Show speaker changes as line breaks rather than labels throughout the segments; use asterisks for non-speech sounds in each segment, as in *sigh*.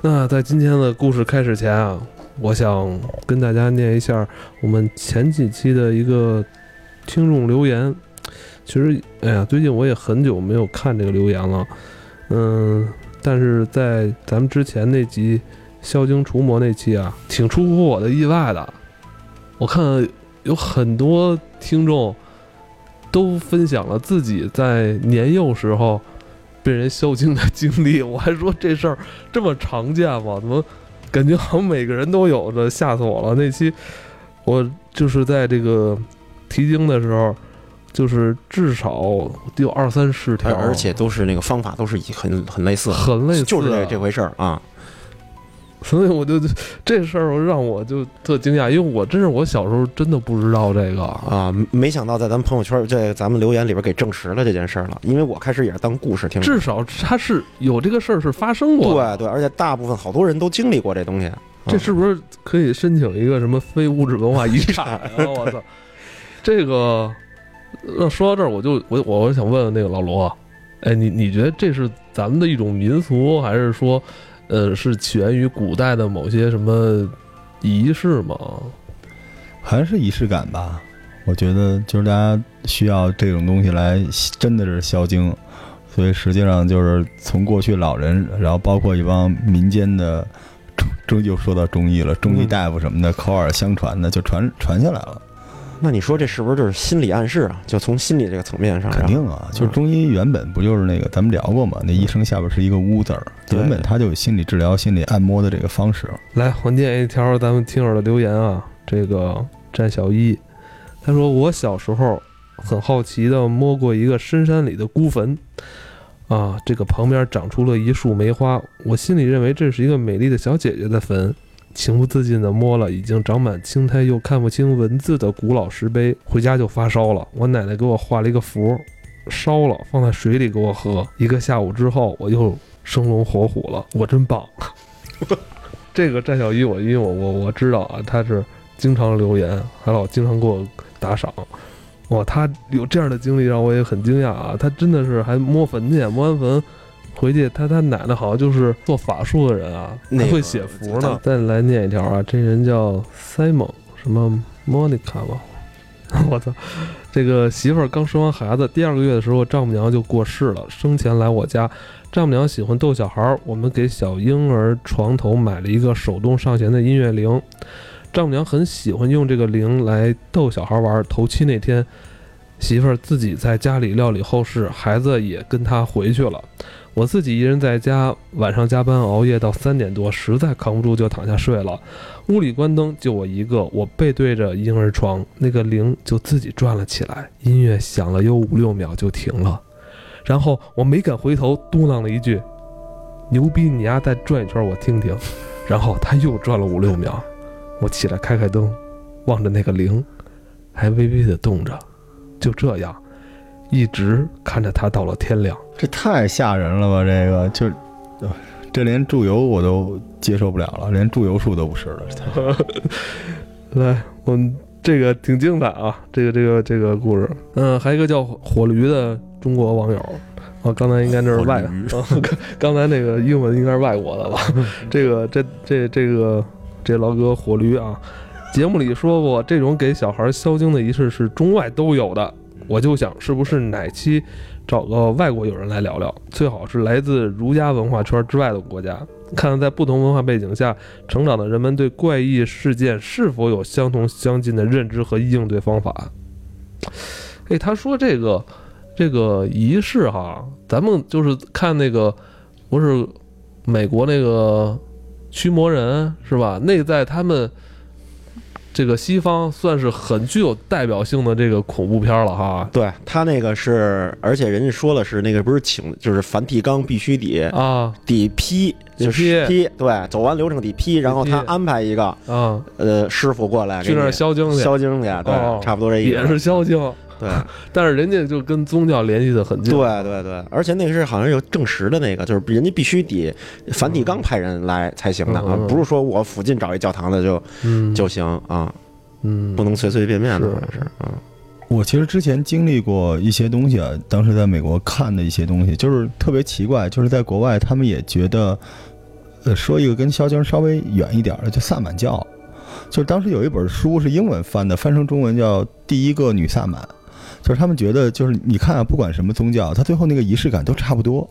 那在今天的故事开始前啊，我想跟大家念一下我们前几期的一个听众留言。其实，哎呀，最近我也很久没有看这个留言了，嗯，但是在咱们之前那集《枭精除魔》那期啊，挺出乎我的意外的。我看有很多听众都分享了自己在年幼时候被人枭精的经历，我还说这事儿这么常见吗？怎么感觉好像每个人都有的？吓死我了！那期我就是在这个提经的时候，就是至少得有二三十条，
而而且都是那个方法都是一很哦很类似，
很类似，
就是这这回事儿啊。
所以我就这事儿让我就特惊讶，因为我真是我小时候真的不知道这个
啊，没想到在咱们朋友圈在咱们留言里边给证实了这件事儿了。因为我开始也是当故事听，
至少它是有这个事儿是发生过
的，对对，而且大部分好多人都经历过这东西。
这是不是可以申请一个什么非物质文化遗产
*laughs*
啊？我操，这个那说到这儿，我就我我想问问那个老罗，哎，你你觉得这是咱们的一种民俗，还是说？呃，是起源于古代的某些什么仪式吗？
还是仪式感吧？我觉得就是大家需要这种东西来，真的是消精。所以实际上就是从过去老人，然后包括一帮民间的中中又说到中医了，中医大夫什么的，口耳相传的就传传下来了。
那你说这是不是就是心理暗示啊？就从心理这个层面上，
肯定啊，嗯就是中医原本不就是那个咱们聊过嘛？那医生下边是一个巫字儿，原本他就有心理治疗、心理按摩的这个方式。
来，我念一条咱们听友的留言啊，这个占小一，他说我小时候很好奇的摸过一个深山里的孤坟，啊，这个旁边长出了一束梅花，我心里认为这是一个美丽的小姐姐的坟。情不自禁地摸了已经长满青苔又看不清文字的古老石碑，回家就发烧了。我奶奶给我画了一个符，烧了放在水里给我喝。一个下午之后，我又生龙活虎了。我真
*laughs*
棒！这个战小一我，我因为我我我知道啊，他是经常留言，还老经常给我打赏。哇，他有这样的经历让我也很惊讶啊！他真的是还摸坟去，摸完坟。回去，他他奶奶好像就是做法术的人啊，
那
会写符呢。再来念一条啊，这人叫 Simon 什么 Monica 吧， *laughs* 我操！这个媳妇儿刚生完孩子，第二个月的时候，丈母娘就过世了。生前来我家，丈母娘喜欢逗小孩儿，我们给小婴儿床头买了一个手动上弦的音乐铃，丈母娘很喜欢用这个铃来逗小孩玩。头七那天，媳妇儿自己在家里料理后事，孩子也跟她回去了。我自己一人在家，晚上加班熬夜到三点多，实在扛不住就躺下睡了。屋里关灯，就我一个，我背对着婴儿床，那个铃就自己转了起来，音乐响了有五六秒就停了。然后我没敢回头，嘟囔了一句：“牛逼，你丫再转一圈，我听 *laughs* 听。”然后他又转了五六秒，我起来开开灯，望着那个铃，还微微的动着，就这样。一直看着他到了天亮，
这太吓人了吧！这个就，呃这连祝由我都接受不了了，连祝由术都不是了。
来，我们这个挺精彩啊，这个这个这个故事。嗯，还有一个叫火驴的中国网友，哦、啊，刚才应该那是外、啊，刚才那个英文应该是外国的吧？ *laughs* 这个这这这个这老哥火驴啊，节目里说过，这种给小孩消精的仪式是中外都有的。我就想，是不是哪期找个外国友人来聊聊？最好是来自儒家文化圈之外的国家，看看在不同文化背景下成长的人们对怪异事件是否有相同相近的认知和应对方法。哎，他说这个这个仪式哈，咱们就是看那个不是美国那个驱魔人是吧？那在他们。这个西方算是很具有代表性的这个恐怖片了哈，
对他那个是，而且人家说了是那个不是请，就是梵蒂冈必须得
啊
得批，就是批，对，走完流程得批，然后他安排一个
啊
呃师傅过来
去那消精去，
消精去，对，
哦、
差不多这意思，
也是消精，
对，
但是人家就跟宗教联系的很近，
对对对，而且那个是好像有证实的那个，就是人家必须得梵蒂冈派人来才行的啊，
嗯嗯嗯嗯
不是说我附近找一教堂的就就行啊，
嗯，
不能随随便便的，好像是啊。
我其实之前经历过一些东西啊，当时在美国看的一些东西，就是特别奇怪，就是在国外他们也觉得呃说一个跟消经稍微远一点儿的，就萨满教，就是当时有一本书是英文翻的，翻成中文叫《第一个女萨满》，就是他们觉得就是你看啊，不管什么宗教，它最后那个仪式感都差不多，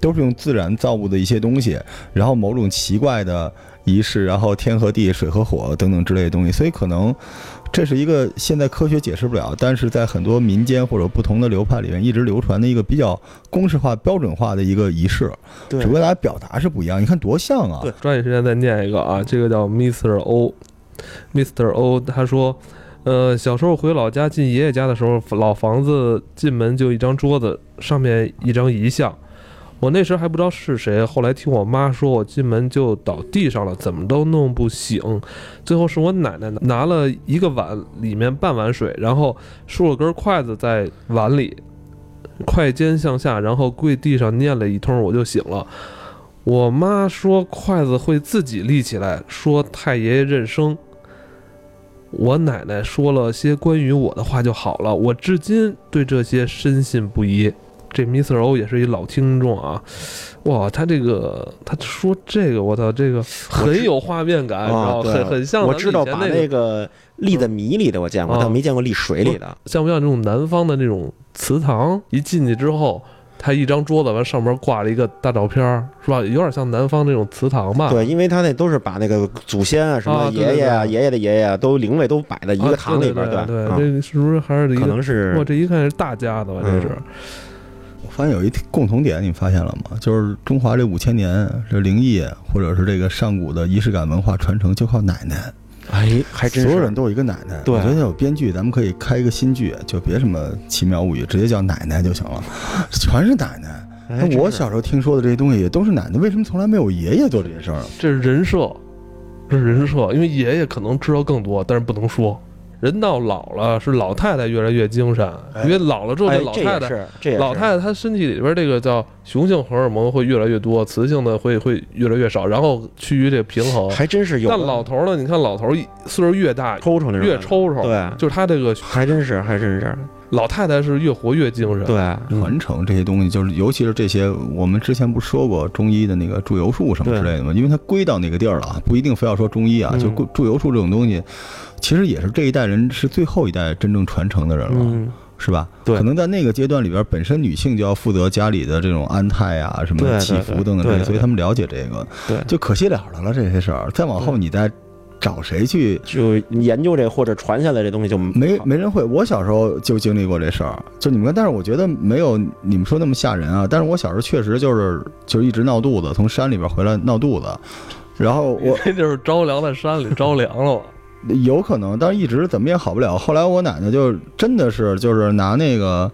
都是用自然造物的一些东西，然后某种奇怪的仪式，然后天和地、水和火等等之类的东西，所以可能。这是一个现在科学解释不了，但是在很多民间或者不同的流派里面一直流传的一个比较公式化、标准化的一个仪式，
对
只不过大家表达是不一样。你看多像啊！
对
抓紧时间再念一个啊，这个叫 Mr. O，Mr. O 他说，呃，小时候回老家进爷爷家的时候，老房子进门就一张桌子，上面一张遗像。我那时还不知道是谁，后来听我妈说，我进门就倒地上了，怎么都弄不醒。最后是我奶奶拿了一个碗，里面半碗水，然后竖了根筷子在碗里，筷尖向下，然后跪地上念了一通，我就醒了。我妈说筷子会自己立起来，说太爷爷认生。我奶奶说了些关于我的话就好了，我至今对这些深信不疑。这 Mr. O 也是一老听众啊，哇，他这个他说这个，我操，这个很有画面感，你知道
啊，
吗？
对
哎很很像咱
我
们
知道
以前
把
那个
个立在米里的我见过，
啊
但没见过立水里的。
像不像这种南方的那种祠堂？一进去之后，他一张桌子完上面挂了一个大照片儿，是吧？有点像南方那种祠堂吧？
对，因为他那都是把那个祖先啊、什
啊
么
哦对对
爷爷啊、
对
爷爷的爷爷啊，都灵位都摆在一
啊
个堂里边，
对对，
吧？
这个是不是还是
嗯
一
可
个？
能嗯是
哇，这一看是大家的吧？这是
我发现有一共同点，你发现了吗？就是中华这五千年，这灵异或者是这个上古的仪式感文化传承，就靠奶奶。
哎，还真
所有
是
人都有一个奶奶。
对
我觉得有编剧，咱们可以开一个新剧，就别什么奇妙物语，直接叫奶奶就行了，全是奶奶。
哎
那
真
我
是
小时候听说的这些东西也都是奶奶，为什么从来没有爷爷做这些事儿啊？
这是人设，这是人设，因为爷爷可能知道更多，但是不能说。人到老了，是老太太越来越精神，因为老了之后，
哎
这，老
这
太
也
太
是，这也是
老太太她身体里边这个叫雄性荷尔蒙会越来越多，雌性的会会越来越少，然后趋于这个平衡。
还真是有
但老头儿呢，你看老头儿一岁数越大
抽抽那种
越
感觉，
抽抽，
对啊
就是他这个
还真是，还真是，
老太太是越活越精神。
对，
嗯
传承这些东西，就是尤其是这些，我们之前不是说过中医的那个祝由术什么之类的吗？因为它归到那个地儿了
嗯
啊，不一定非要说中医啊，
嗯
就祝祝由术这种东西，其实也是这一代人是最后一代真正传承的人了，
嗯，
是吧？
对
可能在那个阶段里边，本身女性就要负责家里的这种安泰啊、什
对
么
对
祈福
对
等等之类
对对
的，所以他们了解这个，
对
就可惜了了了这些事儿。再往后
对
你再找谁去
就研究这或者传下来这东西就
没没人会。我小时候就经历过这事儿，就你们看，但是我觉得没有你们说那么吓人啊。但是我小时候确实就是就是一直闹肚子，从山里边回来闹肚子，然后我
这就是着凉在山里着凉了。
*laughs*
有可能，但是一直怎么也好不了。后来我奶奶就真的是就是拿那个，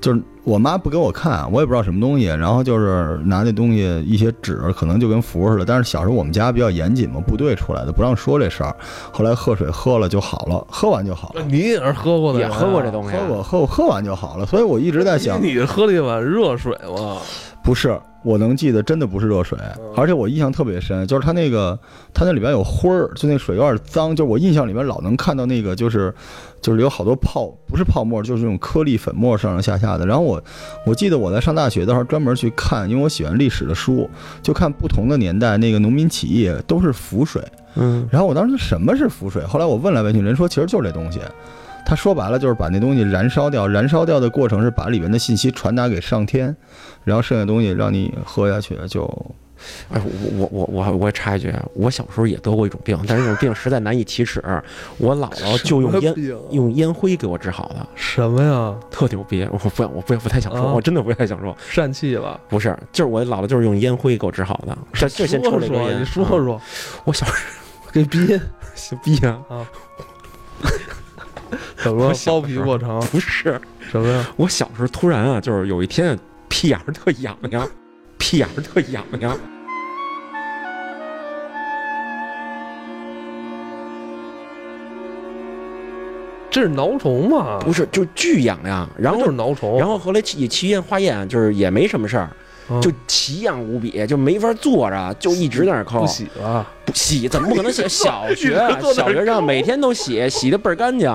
就是我妈不给我看，我也不知道什么东西，然后就是拿那东西一些纸，可能就跟符似的。但是小时候我们家比较严谨嘛，部队出来的不让说这事儿。后来喝水喝了就好了， *laughs* 喝完就好了。
你也是喝过的
也
人啊，
喝过这东西啊，
喝我喝我喝完就好了，所以我一直在想，
你喝了一碗热水嘛？
不是，我能记得真的不是热水，而且我印象特别深，就是它那个它那里边有灰儿，就那水有点脏，就是我印象里边老能看到那个就是就是有好多泡，不是泡沫，就是那种颗粒粉末上上下下的。然后我我记得我在上大学的时候专门去看，因为我喜欢历史的书，就看不同的年代那个农民起义都是浮水。
嗯，
然后我当时什么是浮水？后来我问来问去，人说其实就是这东西。他说白了就是把那东西燃烧掉，燃烧掉的过程是把里面的信息传达给上天，然后剩下的东西让你喝下去就。
哎，我我我我我插一句，啊我小时候也得过一种病，但是这种病实在难以启齿，我姥姥哦就用烟用烟灰给我治好的，
什么呀？
特牛逼。我不要，我不要，不太想说，
啊
我真的不太想说，
疝气吧？
不是，就是我姥姥就是用烟灰给我治好
*laughs*
的。这这先抽
说
了一根
说，
烟，
你说
*laughs* 嗯
说，
我小时
给
*laughs*
逼
候小逼啊，
怎么了
我？小
包皮
时候
过长？
不是，
什么呀？
我小时候突然啊，就是有一天屁眼儿特痒痒，屁眼儿特痒痒。
这是挠虫嘛？
不是，就巨痒呀。然
这就
后
是，挠虫，
然后后来去也去医院化验，啊就是也没什么事儿，
嗯
就奇痒无比，就没法坐着，就一直在那儿抠
不。洗了，
*laughs* 不洗怎么可能洗？小学
一直坐那儿
小学上每天都洗，洗的倍儿干净。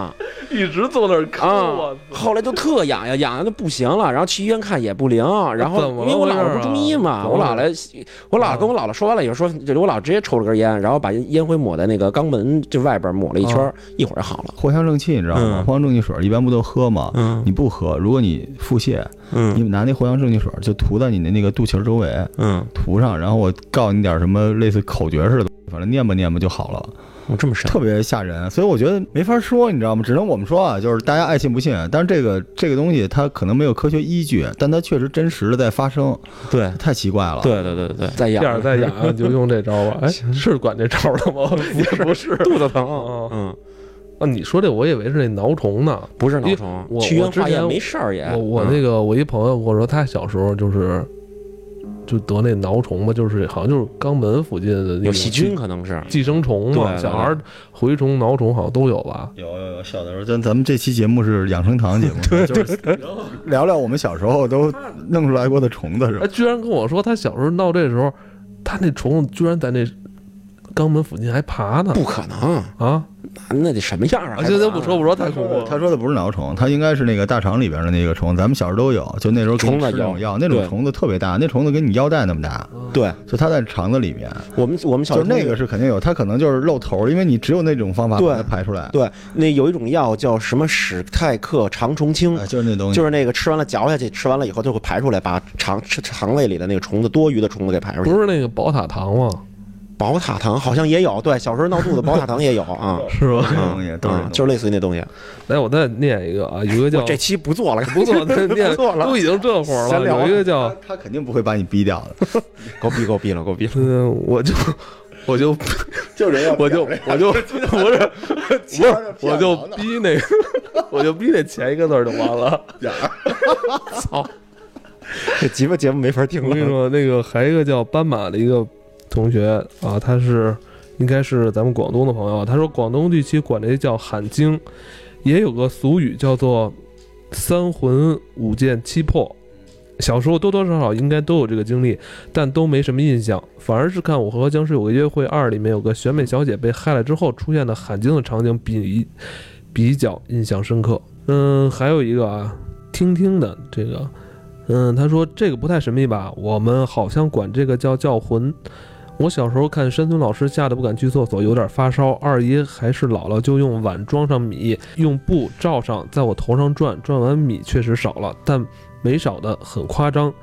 一直坐那儿抠
啊
我。
后来就特痒痒，痒痒就不行了，然后去医院看也不灵，然后
怎么
因为我姥姥
回
不
事啊
中医嘛，
怎
我
么啊
姥姥，我姥姥跟我姥姥说完了以后说，这我姥姥直接抽了根烟，然后把烟灰抹在那个肛门这外边抹了一
啊
圈儿，一会儿就好了。
藿香正气你知道吗？
嗯
藿香正气水一般不都喝吗？
嗯
你不喝，如果你腹泻，你
嗯
拿那藿香正气水就涂在你的那个肚脐儿周围，
嗯，
涂上，然后我告诉你点什么类似口诀似的，反正念吧念吧就好了，
我哦这么神，
特别吓人。所以我觉得没法说，你知道吗？只能我们说啊，就是大家爱信不信，但是这个这个东西它可能没有科学依据，但它确实真实的在发生，
对
太奇怪了。，
对对对对对，再痒
第二再痒你就用这招吧。哎，是管这招了吗？也 *laughs* 不是
肚子疼，
哦
嗯，
啊。你说这我以为是那挠虫呢。
不是脑虫，
我
去医院
我之
化验
前
没事儿也。
我我
嗯
那个我一朋友跟我说，他小时候就是就得那挠虫嘛，就是好像就是肛门附近的那
有
种
细菌可能是，
寄生虫
对
嘛，
对
小孩儿蛔虫、挠虫好像都有吧？
有有有，小的时候，咱咱们这期节目是养生堂节
*laughs*
目，就是聊聊我们小时候都弄出来过的虫子是吧
哎，？居然跟我说他小时候闹这时候，他那虫居然在那肛门附近还爬呢
不可能，
啊！
那得什么样啊？
啊，行行，不说不说，太恐怖了。
他说的不是挠虫，他应该是那个大肠里边的那个虫，咱们小时候都有，就那时候给你
虫子
吃那
有
种药，那种
对
虫子特别大，那虫子跟你腰带那么大，
对
就它在肠子里面。
我们我们小
就
时
是
候
那个是肯定有，它可能就是露头，因为你只有那种方法
对
把它排出来。
对那有一种药叫什么史泰克长虫清
哎，，就是那东西。
嗯就是那个吃完了嚼下去，吃完了以后就会排出来，把肠吃肠胃里的那个虫子多余的虫子给排出去。
不是那个宝塔糖吗？
宝塔糖好像也有，对，小时候闹肚子，宝塔糖也有
*laughs*
啊。
是吧？
这
嗯
东西都是
嗯，
这东西
就是类似于那东西。
来，我再念一个啊，有一个叫
我这期不做了，
不错，
*laughs*
那念
不错了
都已经这会儿
闲聊
了，有一个叫
它它肯定不会把你逼掉
*laughs*
的，
够逼够逼了，够逼了。
嗯，我
*laughs*
就我就
就人要
我就我
*laughs*
就不是不是，我就逼那个， *laughs* 我就逼那前一个字儿就完了。操！
这节目节目没法听
*laughs* 我跟你
了。
说，那个还有一个叫斑马的一个同学啊，他是应该是咱们广东的朋友，他说广东地区管这叫喊经，也有个俗语叫做“三魂五剑七魄”。小时候多多少少应该都有这个经历，但都没什么印象，反而是看《我和僵尸有个约会二》里面有个选美小姐被害了之后出现的喊经的场景比比较印象深刻。嗯，还有一个啊，听听的这个嗯，他说这个不太神秘吧？我们好像管这个叫叫魂。我小时候看山村老师吓得不敢去厕所，有点发烧。二姨还是姥姥就用碗装上米，用布罩上，在我头上转，转完米确实少了，但没少的很夸张。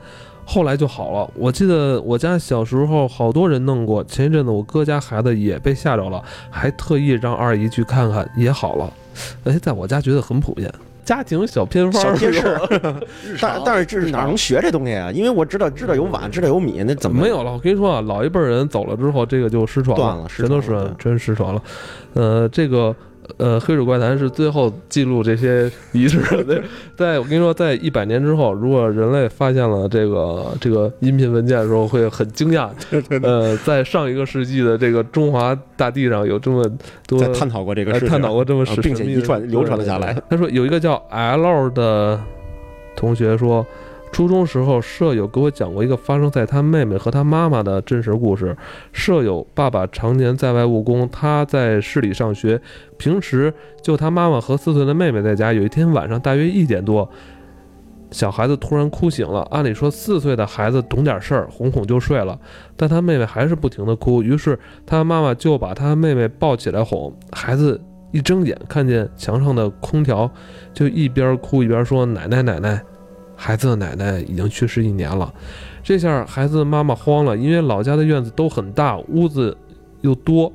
后来就好了。我记得我家小时候好多人弄过，前一阵子我哥家孩子也被吓着了，还特意让二姨去看看，也好了。哎，在我家觉得很普遍，家庭小偏方儿，
小贴士，但
常
但是这是哪能学这东西啊？因为我知道知道有碗，知道有米，那怎么
没有了？我跟你说啊，老一辈儿人走了之后，这个就失传
断了失
全都失
传了
传，真失传了。呃，这个呃，黑水怪谈是最后记录这些仪式的。 *laughs* 在我跟你说，在一百年之后，如果人类发现了这个这个音频文件的时候，会很惊
*laughs*
讶。呃，在上一个世纪的这个中华大地上有这么多
在探讨过这个
呃
事情？
探讨过这么
啊
神
并且
神秘
遗
的
传流传了下
对
来。
对对他说有一个叫 L 的同学说，初中时候舍友给我讲过一个发生在他妹妹和他妈妈的真实故事。舍友爸爸常年在外务工，他在市里上学，平时就他妈妈和四岁的妹妹在家。有一天晚上大约一点多。小孩子突然哭醒了，按理说四岁的孩子懂点事儿，哄哄就睡了，但他妹妹还是不停地哭，于是他妈妈就把他妹妹抱起来哄。孩子一睁眼看见墙上的空调，就一边哭一边说：“奶奶，奶奶，孩子的奶奶已经去世一年了。”这下孩子的妈妈慌了，因为老家的院子都很大，屋子又多，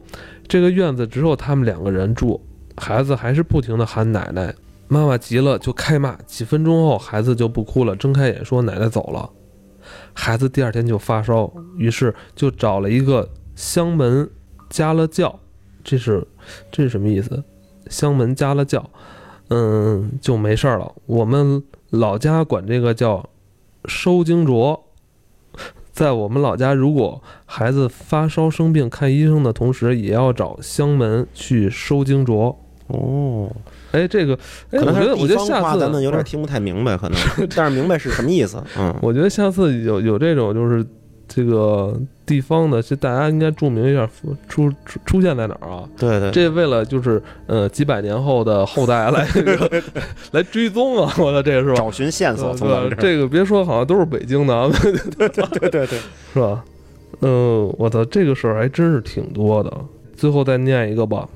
这个院子只有他们两个人住，孩子还是不停地喊奶奶。妈妈急了就开骂，几分钟后孩子就不哭了，睁开眼说：“奶奶走了。”孩子第二天就发烧，于是就找了一个香门加了教，这是这是什么意思？香门加了教，嗯，就没事儿了。我们老家管这个叫收惊浊。在我们老家，如果孩子发烧生病看医生的同时，也要找香门去收惊浊。
哦，
哎，这个，哎，
可
我
能
觉
还是
得，我觉
地
得
方
下
话，
次
咱们有
不是 *laughs*
点听不太明白，可能，但是明白是什么意思。嗯，
我觉得下次有有这种就是这个地方呢，这大家应该注明一下出出出现在哪儿啊？
对对，
这为了就是呃几百年后的后代来
*laughs*
来追踪啊！我操，这个是吧？
找寻线索从咱
呃
们
对
这儿，
这个别说，好像都是北京的啊， *laughs*
对对对，
是吧？嗯，我操，这个事儿还真是挺多的。最后再念一个吧，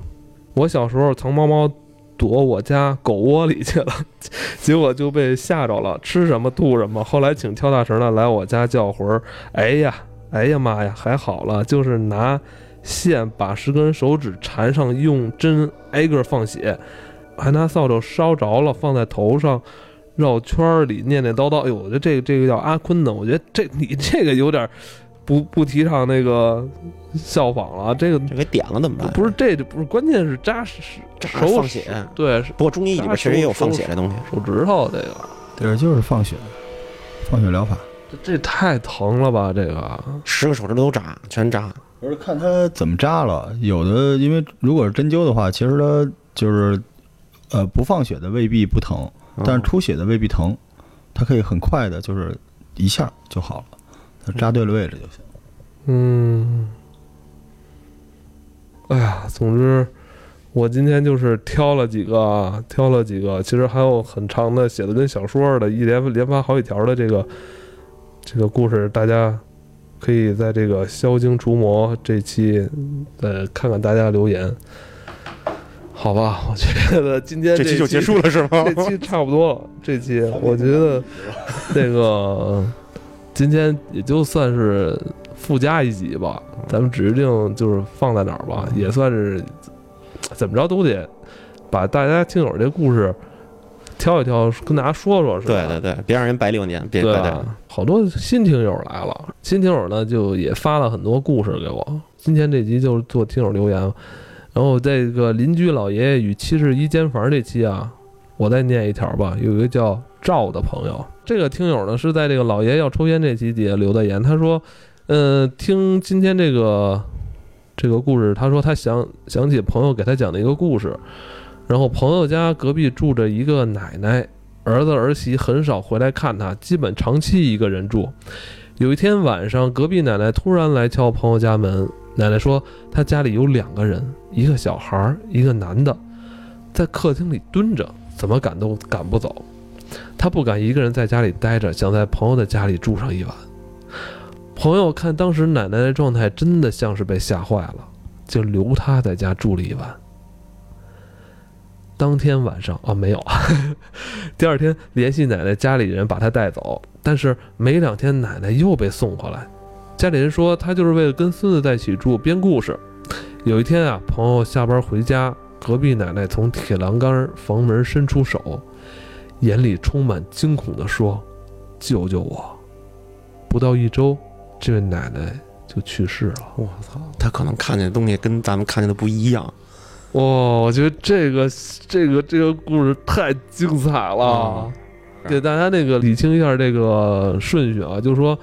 我小时候藏猫猫躲我家狗窝里去了， *laughs* 结果就被吓着了，吃什么吐什么。后来请跳大神的来我家叫魂儿，哎呀，哎呀妈呀，还好了，就是拿线把十根手指缠上，用针挨个放血，还拿扫帚烧着了放在头上。绕圈儿里念念叨叨，哎呦，我觉得这个这个叫阿坤呢，我觉得这你这个有点儿不不提倡那个效仿了，啊这个
这给点了怎么办？
不是，这这不是，关键是扎手
这还
手
放血。
对手
不过中医里边确实也有放血这东西，
手指头这个，
对，就是放血，放血疗法。
这这太疼了吧？这个
十个手指头都扎，全扎。
而是看他怎么扎了，有的因为如果是针灸的话，其实他就是呃不放血的未必不疼，
嗯
但是出血的未必疼，它可以很快的，就是一下就好了，它扎对了位置就行。
嗯，哎呀，总之我今天就是挑了几个啊，挑了几个，其实还有很长的，写的跟小说似的，一连连发好几条的这个这个故事，大家可以在这个消精除魔这期呃看看大家留言。好吧，我觉得今天
期就结束了是吗？
这期差不多了，这期我觉得那个今天也就算是附加一集吧，咱们指定就是放在哪儿吧，也算是怎么着都得把大家听友这故事挑一挑，跟大家说说，是吧？
对对对，别让人白六年，别
对啊
白
吧
对。
好多新听友来了，新听友呢就也发了很多故事给我。今天这集就是做听友留言，然后这个邻居老爷爷与七十一间房这期啊，我再念一条吧。有一个叫赵的朋友，这个听友呢是在这个老爷要抽烟这期节留的言，他说，呃，听今天这个这个故事，他说他想想起朋友给他讲的一个故事，然后朋友家隔壁住着一个奶奶，儿子儿媳很少回来看他，基本长期一个人住。有一天晚上，隔壁奶奶突然来敲朋友家门，奶奶说她家里有两个人，一个小孩儿，一个男的，在客厅里蹲着，怎么赶都赶不走。她不敢一个人在家里待着，想在朋友的家里住上一晚。朋友看当时奶奶的状态，真的像是被吓坏了，就留她在家住了一晚。当天晚上啊、没有，第二天联系奶奶家里人把她带走，但是没两天奶奶又被送回来。家里人说她就是为了跟孙子在一起住编故事。有一天啊，朋友下班回家，隔壁奶奶从铁栏杆房门伸出手，眼里充满惊恐地说：“救救我！”不到一周，这位奶奶就去世了。
我操，他可能看见的东西跟咱们看见的不一样
哇，我觉得这个这个这个故事太精彩了
嗯，
给大家那个理清一下这个顺序啊，就是说，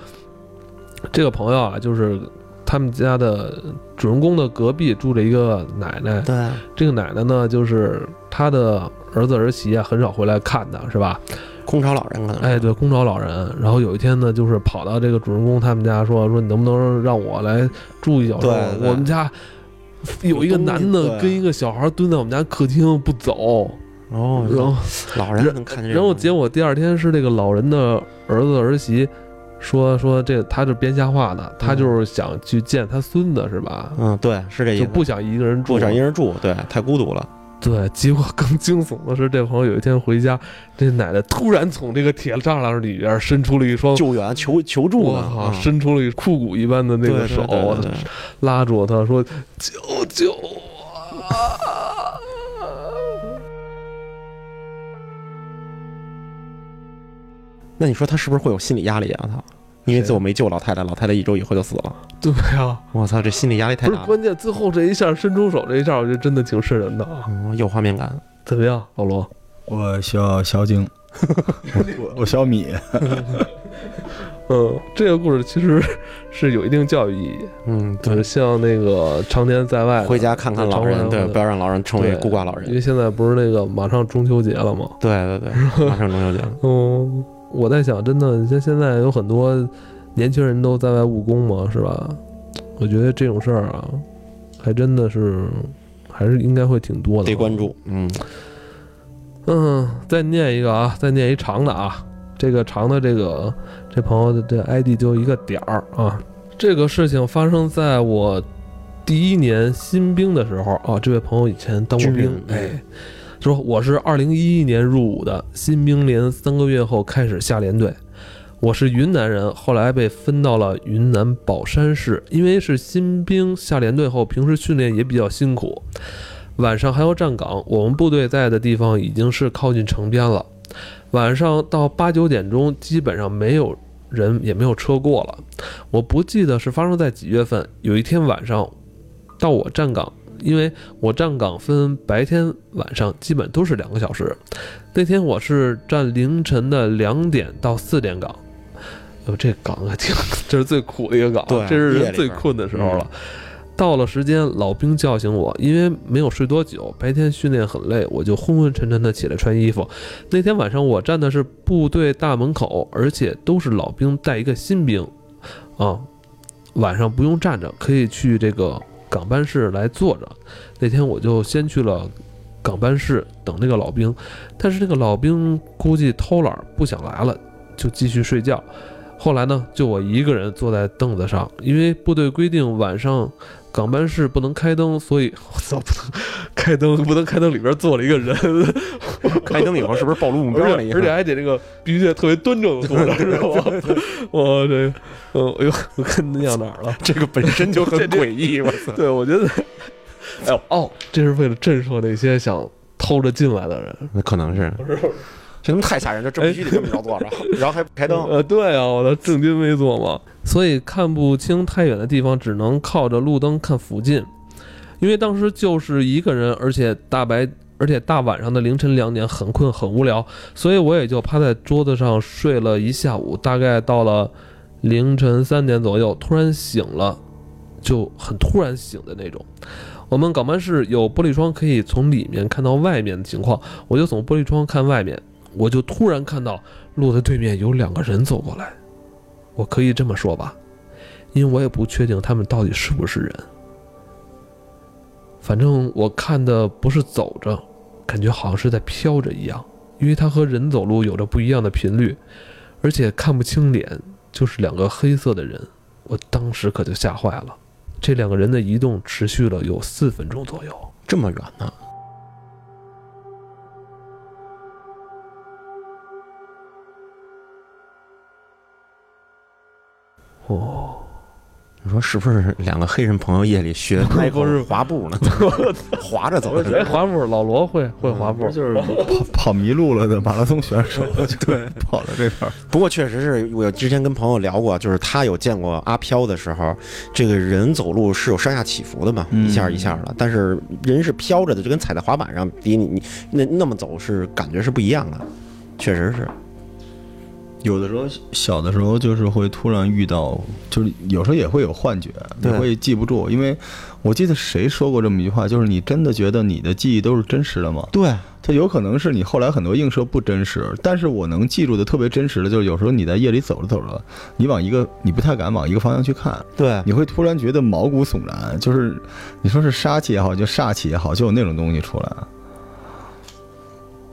这个朋友啊，就是他们家的主人公的隔壁住着一个奶奶，
对，
这个奶奶呢，就是她的儿子儿媳啊，很少回来看她，是吧？
空巢老人可能是。
哎，对，空巢老人。然后有一天呢，就是跑到这个主人公他们家说说，你能不能让我来住一宿？
对对
我们家有一个男
有
的
东西对
跟一个小孩蹲在我们家客厅不走，
哦，
然后
老人能看见这
然
种东
后
西，
结果第二天是这个老人的儿子儿媳说说这他是编瞎话的，他就是想去见他孙子是吧？
嗯，对，是这意
就
思。
不想一个人住
不。想一人住，对，太孤独了。
对，结果更惊悚的是，这朋友有一天回家，这奶奶突然从这个铁栅栏里边伸出了一双，
救援求求助
我
呢，
靠，
嗯
伸出了一枯骨一般的那
对
个哦
对
手，
对对对
拉住他说：“救救啊我！”
那你说他是不是会有心理压力啊？他因为最后没救老太太，老太太一周以后就死了。
对啊，
我操，这心理压力太
不是
大了，
关键，最后这一下伸出手这一下，我觉得真的挺瘆人的啊。
嗯，有画面感。
怎么样，老罗？
我需要消精，我 *laughs* 我消米，
嗯，这个故事其实是有一定教育意义，
嗯，
就是，像那个常年在外的
回家看看老人，
对
哎对，不要让老人成为
对
孤寡老
因
人。
为现在不是那个马上中秋节了嘛，
*laughs* 对对对，马上中秋节了，
嗯，我在想，真的，像现在有很多年轻人都在外务工嘛，是吧？我觉得这种事儿啊，还真的是还是应该会挺多的。
得关注，嗯，
嗯，再念一个啊，再念一长的啊，这个长的这个这朋友的这 ID 就一个点儿啊。这个事情发生在我第一年新兵的时候啊，这位朋友以前当过
军
兵
人，嗯
哎，说我是二零一一年入伍的，新兵连三个月后开始下连队。我是云南人，后来被分到了云南保山市。因为是新兵下连队后，平时训练也比较辛苦，晚上还要站岗。我们部队在的地方已经是靠近城边了，晚上到八九点钟基本上没有人，也没有车过了。我不记得是发生在几月份。有一天晚上，到我站岗，因为我站岗分白天、晚上，基本都是两个小时。那天我是站凌晨的两点到四点岗。哟，这岗啊，挺， *laughs* 这是最苦的一个岗，
对
这是
夜
人
里
最
边儿
困的时候了。到了时间，老兵叫醒我，因为没有睡多久，白天训练很累，我就昏昏沉沉的起来穿衣服。那天晚上我站的是部队大门口，而且都是老兵带一个新兵，啊，晚上不用站着，可以去这个港办室来坐着。那天我就先去了港办室等那个老兵，但是那个老兵估计偷懒儿不想来了，就继续睡觉。后来呢，就我一个人坐在凳子上，因为部队规定晚上港办室不能开灯，所以我操，不能开灯，不能开灯，里边坐了一个人，
开灯以后是不是暴露目标
而
了一
且
下？
而且还得这个必须得特别端正的坐着，知道吗？我这，嗯，哎呦，我看念哪儿了？
*laughs* 这个本身就很
这这
诡异，我操！
对，我觉得，哎呦哦，这是为了震慑那些想偷着进来的人。
那可能是，这他妈太吓人，就这必须得这么着坐着， *laughs* 然后还不开灯。
呃，对啊，我的正襟危坐嘛，所以看不清太远的地方，只能靠着路灯看附近。因为当时就是一个人，而且大白，而且大晚上的凌晨两点，很困很无聊，所以我也就趴在桌子上睡了一下午，大概到了凌晨三点左右，突然醒了，就很突然醒的那种。我们港办室有玻璃窗，可以从里面看到外面的情况，我就从玻璃窗看外面，我就突然看到路的对面有两个人走过来，我可以这么说吧，因为我也不确定他们到底是不是人。反正我看的不是走着，感觉好像是在飘着一样，因为它和人走路有着不一样的频率，而且看不清脸，就是两个黑色的人。我当时可就吓坏了。这两个人的移动持续了有四分钟左右。
这么远呢？
哦，
你说是不是两个黑人朋友夜里 *laughs* 学迈克尔滑步 *laughs* 呢？滑着走
哎，
的，
滑步，老罗会会滑步，
就是。
跑跑迷路了的马拉松选
*laughs*
手，对，跑到这边儿，
不过确实是我之前跟朋友聊过，就是他有见过阿飘的时候，这个人走路是有上下起伏的嘛，
嗯
一下一下的。但是人是飘着的，就跟踩在滑板上，比你你那那么走是感觉是不一样的，确实是。
有的时候小的时候就是会突然遇到，就是有时候也会有幻觉，你
对
会记不住，因为我记得谁说过这么一句话，就是你真的觉得你的记忆都是真实的吗？
对，
它有可能是你后来很多映射不真实，但是我能记住的特别真实的，就是有时候你在夜里走着走着，你往一个你不太敢往一个方向去看，
对，
你会突然觉得毛骨悚然，就是你说是杀气也好，就煞气也好，就有那种东西出来。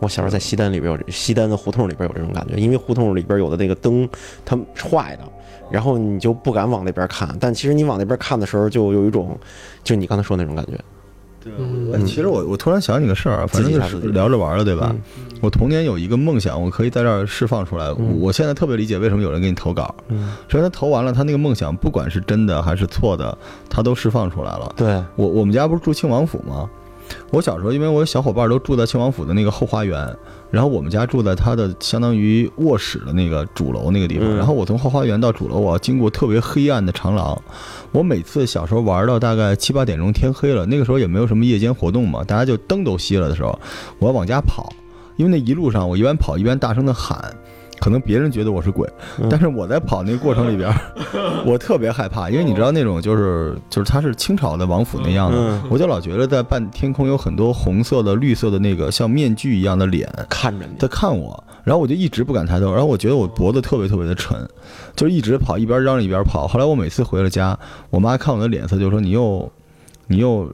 我小时候在西单里边有这西单的胡同里边有这种感觉，因为胡同里边有的那个灯它是坏的，然后你就不敢往那边看。但其实你往那边看的时候，就有一种就你刚才说的那种感觉。
嗯
哎，其实我我突然想起个事儿，啊反正
自己
就
吓
是
自己
聊着玩儿了，对吧？我童年有一个梦想，我可以在这儿释放出来。
嗯
我现在特别理解为什么有人给你投稿，
嗯，
虽然他投完了，他那个梦想不管是真的还是错的，他都释放出来了。
对，
我我们家不是住庆王府吗？我小时候，因为我小伙伴都住在庆王府的那个后花园，然后我们家住在他的相当于卧室的那个主楼那个地方。
嗯
然后我从后花园到主楼，我要经过特别黑暗的长廊。我每次小时候玩到大概七八点钟，天黑了，那个时候也没有什么夜间活动嘛，大家就灯都熄了的时候，我要往家跑，因为那一路上我一边跑一边大声的喊。可能别人觉得我是鬼
嗯，
但是我在跑那个过程里边儿，
*laughs*
我特别害怕，因为你知道那种就是就是它是清朝的王府那样的，
嗯，
我就老觉得在半天空有很多红色的、绿色的那个像面具一样的脸
看着你，
在看我，然后我就一直不敢抬头，然后我觉得我脖子特别特别的沉，就一直跑，一边嚷着一边跑。后来我每次回了家，我妈看我的脸色就说：“你又，你又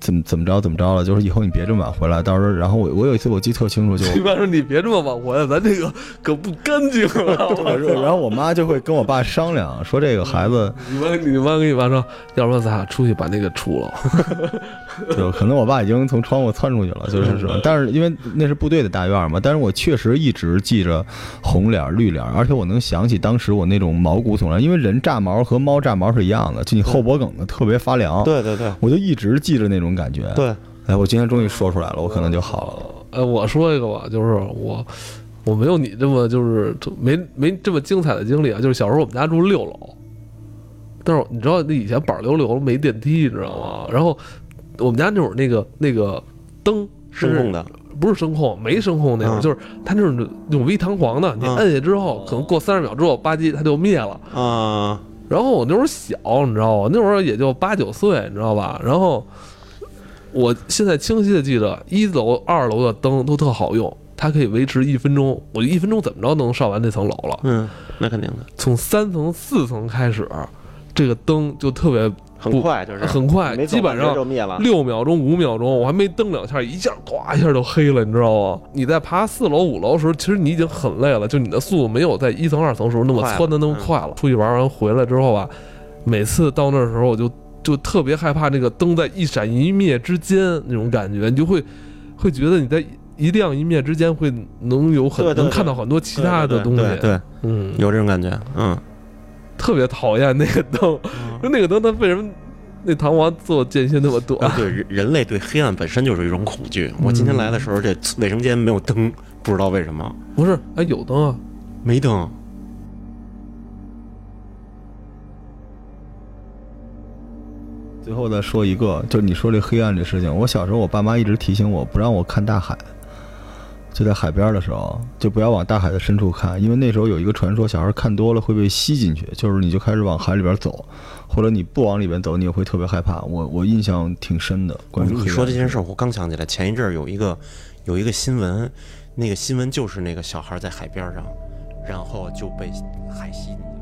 怎么怎么着怎么着了？就是以后你别这么晚回来，到时候……”然后我我有一次我记得特清楚，
*laughs*
就
一般说你别这么往回来，咱这个可不干净了。
对然后我妈就会跟我爸商量说：“这个孩子，
你妈，你妈跟你爸说，要不然咱俩出去把那个除了。
*laughs* 就可能我爸已经从窗户窜出去了，就是
嗯
说，但是因为那是部队的大院嘛，但是我确实一直记着红脸儿、绿脸儿，而且我能想起当时我那种毛骨悚然，因为人炸毛和猫炸毛是一样的，就你后脖梗子特别发凉。
对对对
我就一直记着那种感觉。，
啊
对，
哎，我今天终于说出来了，我可能就好了。
呃，我说一个吧，就是我我没有你这么就是没没这么精彩的经历啊。就是小时候我们家住六楼，但是你知道那以前板儿溜溜没电梯，你知道吗？然后我们家那会儿那个那个灯是
声控的，
不是声控，没声控那种，
嗯
就是它那种那种微弹簧的，你
嗯
摁下之后，可能过三十秒之后吧唧它就灭了。
啊，
然后我那会儿小，你知道吗？那会儿也就八九岁，你知道吧？然后我现在清晰的记得，一楼、二楼的灯都特好用，它可以维持一分钟。我一分钟怎么着能上完这层楼了？
嗯，那肯定的，
从三层、四层开始，这个灯就特别
很快就是
很快，
没走
基本
直接
上
就灭了。
六秒钟、五秒钟，我还没蹬两下，一下咵一下就黑了，你知道吗？你在爬四楼、五楼的时候，其实你已经很累了，就你的速度没有在一层、二层的时候那么
快了嗯
窜的那么快了。出去玩完回来之后啊，每次到那时候我就就特别害怕那个灯在一闪一灭之间那种感觉，你就会会觉得你在一亮一灭之间会能有很
对对对
能看到很多其他的东西，
对对，
嗯，
有这种感觉，嗯，
特别讨厌那个灯，就那个灯它为什么那弹簧做间隙那么短？
啊，对，人人类对黑暗本身就是一种恐惧。我今天来的时候，这卫生间没有灯，不知道为什么
不是，哎，有灯啊，
没灯。
最后再说一个，就是你说这黑暗这事情，我小时候我爸妈一直提醒我不让我看大海，就在海边的时候，就不要往大海的深处看，因为那时候有一个传说，小孩看多了会被吸进去，就是你就开始往海里边走，或者你不往里边走，你也会特别害怕。我我印象挺深的，关于黑暗
哦你说这件事儿，我刚想起来，前一阵儿有一个有一个新闻，那个新闻就是那个小孩在海边上，然后就被海吸进去了。